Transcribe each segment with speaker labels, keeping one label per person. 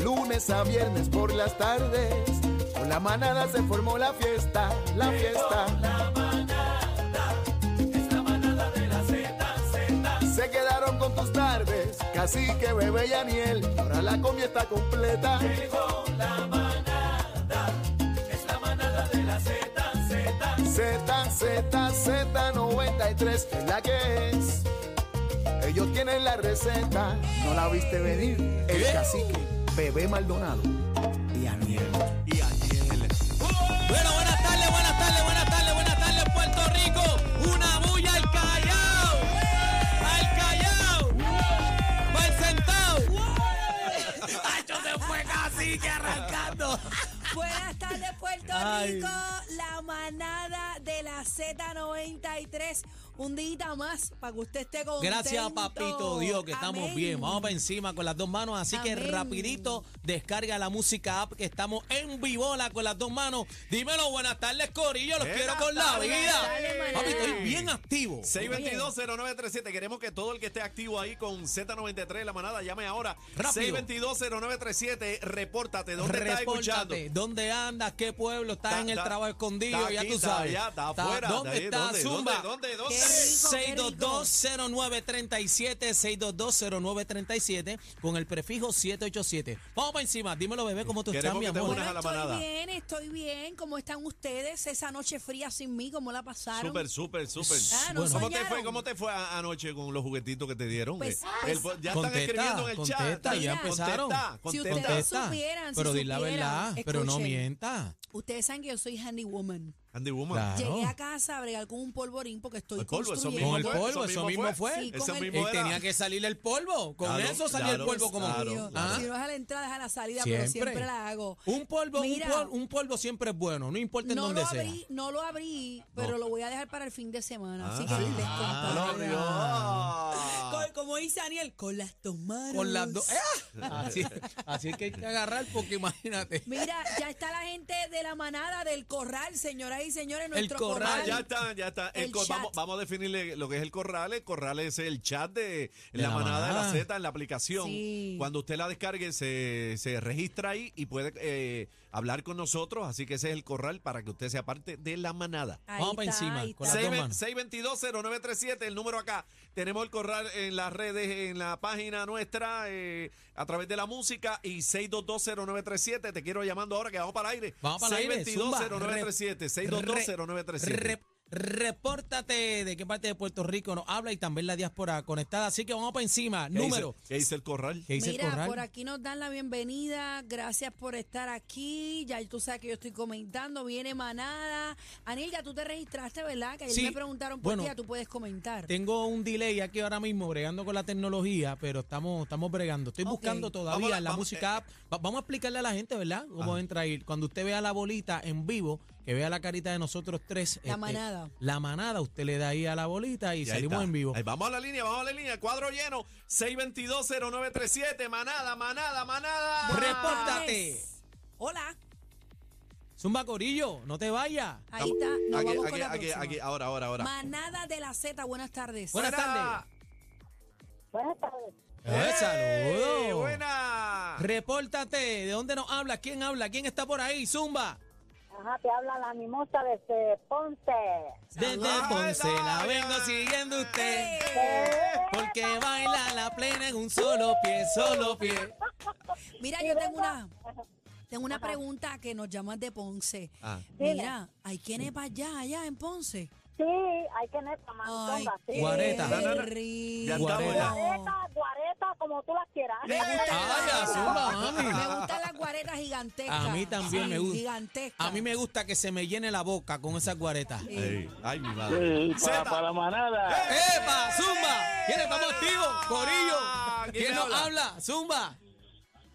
Speaker 1: lunes a viernes por las tardes. Con la manada se formó la fiesta, la fiesta.
Speaker 2: La manada, es la manada de la Z, Z.
Speaker 1: Se quedaron con tus tardes, cacique, bebé y Aniel. Ahora la comida está completa.
Speaker 2: Llegó la manada, es la manada de la Z, Z.
Speaker 1: Z, Z, Z93 es la que es. Ellos tienen la receta, no la viste venir. El cacique, bebé Maldonado y Aniel.
Speaker 3: y Aniel. Bueno, buenas tardes, buenas tardes, buenas tardes, buenas tardes, Puerto Rico. Una bulla al Callao. Al Callao. Mal sentado. Ay, yo se fue casi que arrancando.
Speaker 4: Buenas tardes, Puerto
Speaker 3: Ay.
Speaker 4: Rico. La manada de la Z93. Un día más para que usted esté contento.
Speaker 3: Gracias, papito Dios, que estamos
Speaker 4: Amén.
Speaker 3: bien. Vamos para encima con las dos manos. Así que
Speaker 4: Amén.
Speaker 3: rapidito descarga la música app que estamos en vivola con las dos manos. Dímelo, buenas tardes, Corillo. Los quiero con la
Speaker 4: tardes,
Speaker 3: vida.
Speaker 4: dale,
Speaker 3: Papi, estoy
Speaker 4: manada.
Speaker 3: bien activo.
Speaker 5: 622-0937. Queremos que todo el que esté activo ahí con Z93 la manada llame ahora.
Speaker 3: Rápido.
Speaker 5: 622-0937. Repórtate. ¿Dónde estás escuchando?
Speaker 3: Repórtate, ¿dónde andas? ¿Qué pueblo? ¿Estás
Speaker 5: Está-
Speaker 3: en el
Speaker 5: está-
Speaker 3: trabajo escondido?
Speaker 5: está
Speaker 3: ya
Speaker 5: aquí,
Speaker 3: tú
Speaker 5: está
Speaker 3: sabes.
Speaker 5: allá, está
Speaker 3: Está-
Speaker 5: afuera, está
Speaker 3: ¿Dónde
Speaker 5: ahí,
Speaker 3: está
Speaker 5: ¿dónde,
Speaker 3: Zumba?
Speaker 5: dónde, dónde, dónde?
Speaker 4: Qué rico, qué rico.
Speaker 3: 622-0937, 622-0937, con el prefijo 787. Vamos para encima, dímelo, bebé, cómo tú estás,
Speaker 5: Queremos
Speaker 3: mi
Speaker 5: que te
Speaker 3: amor.
Speaker 5: unas a la
Speaker 4: estoy
Speaker 5: manada.
Speaker 4: bien, estoy bien. ¿Cómo están ustedes? Esa noche fría sin mí, ¿cómo la pasaron?
Speaker 5: Súper, súper, súper.
Speaker 4: Ah, no
Speaker 5: ¿Cómo, te
Speaker 4: soñaron.
Speaker 5: fue, ¿Cómo te fue a- anoche con los juguetitos que te dieron?
Speaker 4: Pues,
Speaker 5: Eh,
Speaker 4: pues,
Speaker 5: el- ya
Speaker 3: Contesta,
Speaker 5: están escribiendo en el chat.
Speaker 3: contesta,
Speaker 4: ya
Speaker 5: Contesta,
Speaker 3: empezaron.
Speaker 4: Si
Speaker 5: Contesta,
Speaker 4: ustedes
Speaker 5: contesta.
Speaker 4: supieran, si
Speaker 3: pero di la verdad,
Speaker 4: supieran,
Speaker 3: pero no
Speaker 4: escuchen.
Speaker 3: mienta.
Speaker 4: Ustedes saben que yo soy handywoman.
Speaker 5: Andy Woman.
Speaker 3: Claro.
Speaker 4: Llegué a casa a bregar con un polvorín porque estoy
Speaker 5: El polvo, eso
Speaker 4: construyendo.
Speaker 5: mismo
Speaker 3: Con el
Speaker 5: fue,
Speaker 3: polvo, eso mismo fue.
Speaker 4: Sí,
Speaker 5: Eso
Speaker 4: con el-
Speaker 3: Y
Speaker 5: mismo era.
Speaker 3: tenía que salir el polvo. Con
Speaker 5: Claro,
Speaker 3: eso salía
Speaker 5: claro,
Speaker 3: el polvo como.
Speaker 5: claro,
Speaker 4: Dios,
Speaker 3: Ah.
Speaker 4: Si no es a la entrada, es a la salida, pero siempre la hago.
Speaker 3: Un polvo, un
Speaker 4: Mira.
Speaker 3: pol- un polvo siempre es bueno, no importa en
Speaker 4: No
Speaker 3: dónde
Speaker 4: lo,
Speaker 3: sea.
Speaker 4: abrí, no lo abrí, pero lo voy a dejar para el fin de semana. Así que les
Speaker 5: Ah,
Speaker 4: contaré.
Speaker 5: lo Ah. abrió.
Speaker 4: Con- como dice Daniel, con las dos manos.
Speaker 3: Con las dos. ¡Ah! Así, así es que hay que agarrar porque imagínate.
Speaker 4: Mira, ya está la gente de la manada del corral, señoras y señores. Nuestro
Speaker 3: corral.
Speaker 5: Ah,
Speaker 4: corral.
Speaker 5: ya está, ya está. El
Speaker 4: El
Speaker 5: cor-
Speaker 4: chat.
Speaker 5: vamos, vamos a definirle lo que es el corral. El corral es el chat de la,
Speaker 3: la
Speaker 5: manada de la
Speaker 3: manada.
Speaker 5: Z en la aplicación.
Speaker 4: Sí.
Speaker 5: Cuando usted la descargue, se, se registra ahí y puede eh, hablar con nosotros. Así que ese es el corral para que usted sea parte de la manada.
Speaker 4: Ahí
Speaker 3: Vamos para
Speaker 4: está,
Speaker 3: encima,
Speaker 4: ahí
Speaker 3: con
Speaker 4: está.
Speaker 3: las dos
Speaker 5: Seis-
Speaker 3: manos.
Speaker 5: 622-0937, el número acá. Tenemos el corral en las redes, en la página nuestra, eh, a través de la música y 6220937. Te quiero llamando ahora que vamos para aire.
Speaker 3: Vamos para el aire. zumba.
Speaker 5: 622-0937,
Speaker 3: Re-
Speaker 5: 622-0937.
Speaker 3: re- repórtate de qué parte de Puerto Rico nos habla y también la diáspora conectada. Así que vamos para encima.
Speaker 5: ¿Qué dice-
Speaker 3: Número.
Speaker 5: ¿Qué dice el corral?
Speaker 3: ¿Qué dice el
Speaker 4: Mira,
Speaker 3: corral?
Speaker 4: por aquí nos dan la bienvenida. Gracias por estar aquí. Ya tú sabes que yo estoy comentando. Viene manada. Aniel, ya tú te registraste, ¿verdad? Que ayer
Speaker 3: Sí.
Speaker 4: me preguntaron por
Speaker 3: Bueno,
Speaker 4: ti. Ya tú puedes comentar.
Speaker 3: Tengo un delay aquí ahora mismo bregando con la tecnología, pero estamos, estamos bregando. Estoy
Speaker 4: Ok.
Speaker 3: buscando todavía
Speaker 5: Vamos a-
Speaker 3: la
Speaker 5: vamos- eh, Ah.
Speaker 3: música app. Va- vamos a explicarle a la gente, ¿verdad? Cómo
Speaker 5: Ajá.
Speaker 3: entra ahí. Cuando usted vea la bolita en vivo, que vea la carita de nosotros tres. este,
Speaker 4: La manada.
Speaker 3: La manada, usted le da ahí a la bolita y
Speaker 5: Y ahí
Speaker 3: salimos
Speaker 5: está.
Speaker 3: en vivo.
Speaker 5: Ahí, vamos a la línea, vamos a la línea. Cuadro lleno, 622-0937. Manada, manada, manada.
Speaker 4: Buenas
Speaker 3: repórtate.
Speaker 4: tardes. Pues, Hola.
Speaker 3: Zumba Corillo, no te vayas.
Speaker 4: Ahí está. Nos
Speaker 5: Aquí,
Speaker 4: vamos
Speaker 5: aquí,
Speaker 4: con la
Speaker 5: aquí,
Speaker 4: próxima.
Speaker 5: aquí, ahora, ahora, ahora.
Speaker 4: Manada de la Z, buenas tardes.
Speaker 3: Buenas
Speaker 5: Buena.
Speaker 3: tardes.
Speaker 6: Buenas tardes.
Speaker 3: Eh,
Speaker 5: ¡Ey,
Speaker 3: saludo.
Speaker 5: ¡Buena!
Speaker 3: Repórtate, ¿de dónde nos habla? ¿Quién habla? ¿Quién está por ahí? Zumba.
Speaker 6: Ajá, te habla la mimosa desde Ponce.
Speaker 3: Desde
Speaker 5: Saludos.
Speaker 3: Ponce la vengo siguiendo usted.
Speaker 5: Eh.
Speaker 3: Porque baila la plena en un solo pie, solo pie.
Speaker 4: Mira, yo tengo una, tengo una pregunta que nos llaman de Ponce.
Speaker 5: Ah.
Speaker 4: Mira, ¿hay quienes para allá, allá en Ponce?
Speaker 6: Sí, hay que neta,
Speaker 4: Ay,
Speaker 6: mantonga, sí.
Speaker 3: Guareta.
Speaker 4: qué
Speaker 5: No, no, no. Ya
Speaker 4: rico.
Speaker 5: estamos ya.
Speaker 6: Guareta, guareta, como tú las quieras.
Speaker 4: Me gustan
Speaker 3: Ay,
Speaker 4: las
Speaker 3: a
Speaker 4: guaretas.
Speaker 3: Zumba, mami.
Speaker 4: Me gustan las guaretas gigantescas.
Speaker 3: A mí también
Speaker 4: Sí,
Speaker 3: me gusta.
Speaker 4: Gigantescas. Eh,
Speaker 3: A mí me gusta que se me llene la boca con esas guaretas.
Speaker 4: Sí.
Speaker 5: Ey, ¡Ay, mi madre!
Speaker 7: Sí,
Speaker 5: Zeta.
Speaker 7: para, para la manada.
Speaker 3: ¡Epa! ¡Zumba! ¿Quién estamos activos?
Speaker 5: Ah,
Speaker 3: ¡Corillo!
Speaker 5: ¿quién
Speaker 3: ¿Quién nos
Speaker 5: habla?
Speaker 3: habla? ¡Zumba!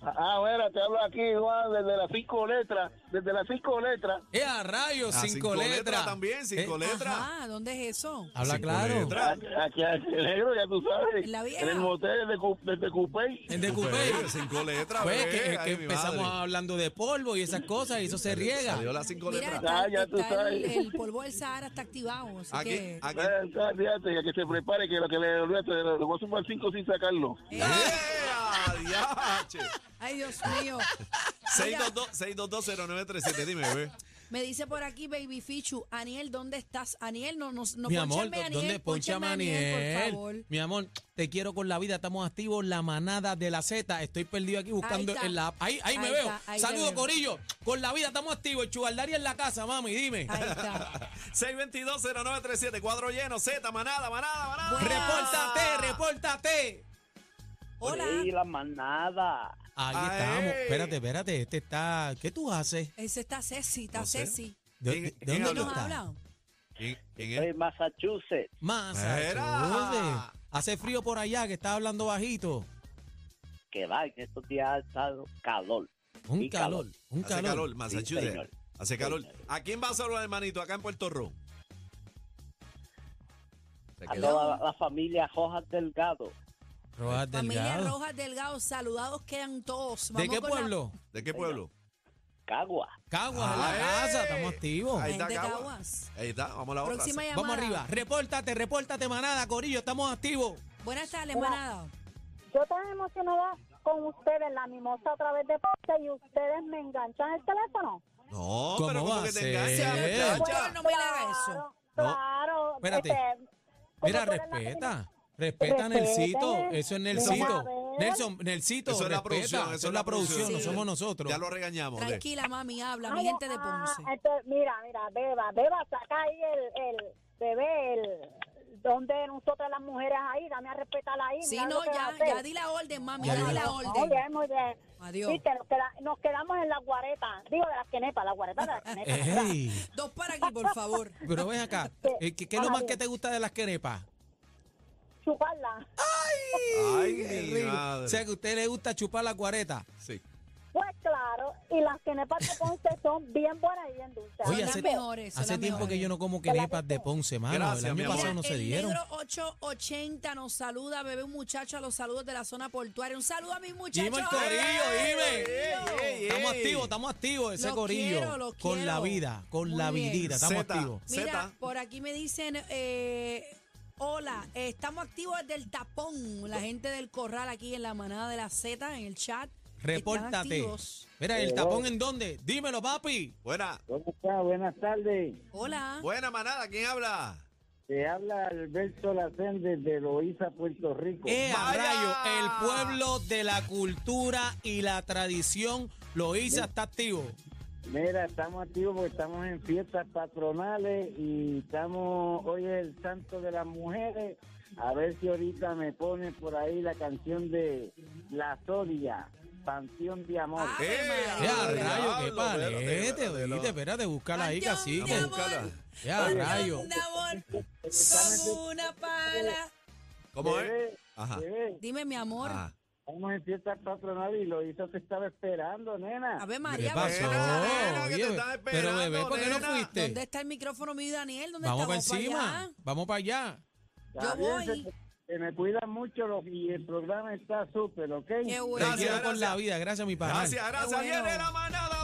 Speaker 7: Ah, mira, te hablo aquí, Juan, desde las cinco letras. Desde las cinco letras.
Speaker 3: ¡Eh, a rayos!
Speaker 5: Ah,
Speaker 3: cinco, letras.
Speaker 5: también, cinco
Speaker 3: Eh,
Speaker 5: letras.
Speaker 4: Ajá, ¿dónde es eso?
Speaker 3: Habla
Speaker 5: Cinco
Speaker 3: claro.
Speaker 5: letras.
Speaker 7: Aquí, aquí, aquí, negro, ya tú sabes.
Speaker 4: En la vieja.
Speaker 7: el motel de, Cu- de, de Cupey.
Speaker 3: En de Coupé.
Speaker 5: Pues, cinco letras.
Speaker 3: Pues
Speaker 5: bebé.
Speaker 3: que, que
Speaker 5: Ay, mi
Speaker 3: empezamos
Speaker 5: madre.
Speaker 3: hablando de polvo y esas cosas y eso se riega.
Speaker 5: Salió las cinco
Speaker 4: Mira,
Speaker 5: letras.
Speaker 4: está,
Speaker 7: Ah, ya tú
Speaker 4: está el,
Speaker 7: sabes.
Speaker 4: el polvo del Sahara está activado. Así
Speaker 5: Aquí,
Speaker 4: que...
Speaker 5: aquí.
Speaker 3: Eh.
Speaker 7: Ah,
Speaker 5: ¡Eh!
Speaker 7: está, fíjate, ya que se prepare, que lo que le devuelve, te lo, lo voy a sumar cinco sin sacarlo.
Speaker 5: ¡Ea! diache.
Speaker 4: Ay, Dios mío. Mira,
Speaker 5: 622 6220937, dime, bebé.
Speaker 4: me dice por aquí, Baby Fichu, Aniel, ¿dónde estás? Aniel, no, no, no
Speaker 3: Mi amor,
Speaker 4: pónchenme a
Speaker 3: ¿dónde
Speaker 4: Aniel,
Speaker 3: poncha
Speaker 4: pónchenme a Aniel, por favor.
Speaker 3: Maniel? Mi amor, te quiero con la vida, estamos activos, la manada de la Z. Estoy perdido aquí buscando
Speaker 4: está.
Speaker 3: en la app. Ahí, ahí, me
Speaker 4: Ahí
Speaker 3: veo.
Speaker 4: está, ahí te
Speaker 3: Saludos,
Speaker 4: veo.
Speaker 3: Corillo. Con la vida estamos activos. El Chugaldari en la casa, mami, dime.
Speaker 4: Ahí está.
Speaker 5: 6220937, cuadro lleno, Z, manada, manada, manada.
Speaker 4: Buenas.
Speaker 3: Repórtate, repórtate.
Speaker 4: Hola.
Speaker 7: Sí, la manada.
Speaker 3: Ahí
Speaker 5: Ay.
Speaker 3: estamos. Espérate, espérate. Este está. ¿Qué tú haces?
Speaker 4: Ese está Ceci, está
Speaker 5: No sé.
Speaker 4: Ceci.
Speaker 3: ¿De,
Speaker 5: ¿Quién-
Speaker 3: de- de
Speaker 5: quién
Speaker 3: dónde tú
Speaker 4: ¿No
Speaker 5: habla?
Speaker 4: has
Speaker 3: estás?
Speaker 4: hablado?
Speaker 5: ¿Quién, quién
Speaker 7: Soy
Speaker 5: es?
Speaker 7: de Massachusetts.
Speaker 5: Era.
Speaker 3: Massachusetts. Hace frío por allá, que estás hablando bajito.
Speaker 7: Que va, en estos días ha estado calor.
Speaker 3: Un
Speaker 7: Y
Speaker 3: calor,
Speaker 7: calor.
Speaker 3: un
Speaker 5: Hace
Speaker 3: calor.
Speaker 5: calor,
Speaker 7: Sí,
Speaker 5: Massachusetts.
Speaker 7: señor.
Speaker 5: Hace
Speaker 7: Sí,
Speaker 5: calor.
Speaker 7: señor.
Speaker 5: ¿A quién va a saludar, hermanito? Acá en Puerto Rico.
Speaker 7: A toda la familia Rojas Delgado.
Speaker 3: Rojas
Speaker 4: Familia
Speaker 3: Delgado.
Speaker 4: Rojas Delgado, saludados quedan todos.
Speaker 3: ¿De
Speaker 4: Vamos
Speaker 3: qué
Speaker 4: con la-
Speaker 3: pueblo?
Speaker 5: ¿De qué pueblo?
Speaker 7: Cagua.
Speaker 3: Caguas, en la
Speaker 5: Ay.
Speaker 3: casa, estamos activos.
Speaker 5: Ahí
Speaker 4: Gente
Speaker 5: está
Speaker 4: de
Speaker 5: Caguas.
Speaker 4: Caguas.
Speaker 5: Ahí está, vamos a la otra.
Speaker 4: Próxima llamada.
Speaker 3: Vamos arriba, repórtate, repórtate, manada, Corillo, estamos activos.
Speaker 4: Buenas tardes,
Speaker 6: Hola.
Speaker 4: manada.
Speaker 6: Yo estoy emocionada con ustedes, la mimosa otra vez de Ponce, y ustedes me enganchan el teléfono.
Speaker 5: No,
Speaker 3: ¿Cómo
Speaker 5: pero
Speaker 3: va
Speaker 5: como
Speaker 3: a
Speaker 5: que te
Speaker 3: ser?
Speaker 5: enganchas,
Speaker 4: Bueno,
Speaker 5: muchacha.
Speaker 4: no me le haga eso.
Speaker 6: Claro, Claro.
Speaker 3: Espérate.
Speaker 6: este, como
Speaker 3: Mira,
Speaker 6: tú eres la mimo-
Speaker 3: respeta. Respeta, Nelsito. Eso es Nelsito.
Speaker 6: Isabel.
Speaker 3: Nelson, Nelsito.
Speaker 5: Eso es la
Speaker 3: respeta,
Speaker 5: producción,
Speaker 3: Eso es la producción, no
Speaker 4: Sí.
Speaker 3: somos nosotros.
Speaker 5: Ya lo regañamos. de-
Speaker 4: Tranquila, mami, habla. Mi
Speaker 6: Ay,
Speaker 4: gente de
Speaker 6: ah,
Speaker 4: Ponce.
Speaker 6: entonces, mira, mira, beba, beba, saca ahí el, el bebé, el donde nosotras las mujeres ahí, dame a respetar ahí.
Speaker 4: Sí,
Speaker 6: mira lo
Speaker 4: no,
Speaker 6: que
Speaker 4: ya,
Speaker 6: vas a hacer.
Speaker 4: ya di la orden, mami,
Speaker 3: Ya
Speaker 4: ya,
Speaker 3: di
Speaker 4: di
Speaker 3: la-
Speaker 4: la
Speaker 6: Muy
Speaker 4: orden.
Speaker 6: bien, muy bien.
Speaker 4: Adiós.
Speaker 6: Viste, nos, queda- nos quedamos en la guareta, digo de las quenepas, la guareta de las quenepas.
Speaker 3: Ey,
Speaker 4: Dos para aquí, por favor.
Speaker 3: pero ven acá. eh, ¿Qué, qué es lo
Speaker 6: Ajá,
Speaker 3: más
Speaker 6: bien.
Speaker 3: que te gusta de las quenepas?
Speaker 6: Chuparla.
Speaker 5: Ay, mi
Speaker 3: Rico. O sea,
Speaker 5: madre.
Speaker 3: que a usted le gusta chupar la cuareta.
Speaker 5: Sí.
Speaker 6: Pues claro, y las quenepas de Ponce son bien buenas y bien dulces.
Speaker 4: Oye,
Speaker 6: Son
Speaker 4: las
Speaker 3: hace,
Speaker 4: mejores, son
Speaker 3: hace
Speaker 4: las
Speaker 3: tiempo que
Speaker 4: mejores.
Speaker 3: yo no como quenepas de Ponce, mano.
Speaker 5: Gracias,
Speaker 3: el
Speaker 5: mi
Speaker 3: año
Speaker 5: amor.
Speaker 3: pasado
Speaker 4: Mira,
Speaker 3: no se
Speaker 4: el
Speaker 3: dieron.
Speaker 4: negro 880 nos saluda, bebé, un muchacho a los saludos de la zona portuaria. Un saludo a mis muchachos.
Speaker 3: Dime el corillo, dime.
Speaker 5: ey, ey.
Speaker 3: Estamos activos, estamos activos, ese
Speaker 4: Lo
Speaker 3: corillo.
Speaker 4: quiero, lo
Speaker 3: con la
Speaker 4: quiero.
Speaker 3: vida, con
Speaker 4: Muy
Speaker 3: la
Speaker 4: bien.
Speaker 3: vidita, estamos
Speaker 5: Zeta.
Speaker 3: activos.
Speaker 4: Mira,
Speaker 5: Zeta.
Speaker 4: por aquí me dicen, eh, hola, eh, estamos activos desde el tapón, la gente del corral aquí en la manada de la Z, en el chat. están
Speaker 3: Repórtate.
Speaker 4: activos.
Speaker 3: Mira, el
Speaker 7: Hello.
Speaker 3: tapón en dónde? Dímelo, papi.
Speaker 5: Buena.
Speaker 7: ¿Cómo está? Buenas tardes.
Speaker 4: Hola.
Speaker 5: Buena manada, ¿quién habla?
Speaker 7: Te habla Alberto Lacén desde Loíza, Puerto Rico.
Speaker 3: Eh, a
Speaker 5: Vaya.
Speaker 3: rayo, el pueblo de la cultura y la tradición lo hizo está activo.
Speaker 7: Mira, estamos activos porque estamos en fiestas patronales y estamos, hoy es el santo de las mujeres. A ver si ahorita me ponen por ahí la canción de La Soria, Canción de Amor.
Speaker 4: Ah,
Speaker 5: Eh,
Speaker 4: María.
Speaker 3: Eh, a
Speaker 5: diablo,
Speaker 3: rayo, qué
Speaker 5: espérate,
Speaker 3: palete, oíste,
Speaker 5: espérate, espérate.
Speaker 3: espérate, buscala ahí,
Speaker 4: Canción de
Speaker 3: cacique.
Speaker 4: amor,
Speaker 5: Búscala.
Speaker 3: Eh, a
Speaker 4: canción
Speaker 3: rayo.
Speaker 4: de amor, son una para.
Speaker 5: ¿Cómo es?
Speaker 7: Bebé,
Speaker 5: Ajá.
Speaker 7: bebé,
Speaker 4: Dime, mi amor.
Speaker 5: Ah.
Speaker 7: estamos en fiestas patronales y Loíza te estaba esperando, nena.
Speaker 4: A ver,
Speaker 3: ¿Qué
Speaker 4: María,
Speaker 3: pasó?
Speaker 5: nena, nena, que
Speaker 3: Oye,
Speaker 5: te están
Speaker 3: pero bebé,
Speaker 5: esperando,
Speaker 3: ¿por qué no
Speaker 5: nena.
Speaker 3: fuiste?
Speaker 4: ¿dónde está el micrófono mío, y Daniel? ¿Dónde
Speaker 3: Vamos para
Speaker 4: estamos? ¿Para
Speaker 3: encima,
Speaker 4: allá?
Speaker 3: vamos para allá.
Speaker 7: Está
Speaker 4: yo
Speaker 7: bien,
Speaker 4: voy.
Speaker 7: Se, se me cuidan mucho los, y el programa está súper, ¿ok?
Speaker 4: Qué
Speaker 3: Te
Speaker 4: bueno.
Speaker 5: Gracias,
Speaker 3: quiero con
Speaker 5: gracias.
Speaker 3: la vida, gracias mi padre.
Speaker 5: Gracias, gracias.
Speaker 4: Qué bueno.
Speaker 5: Viene la manada.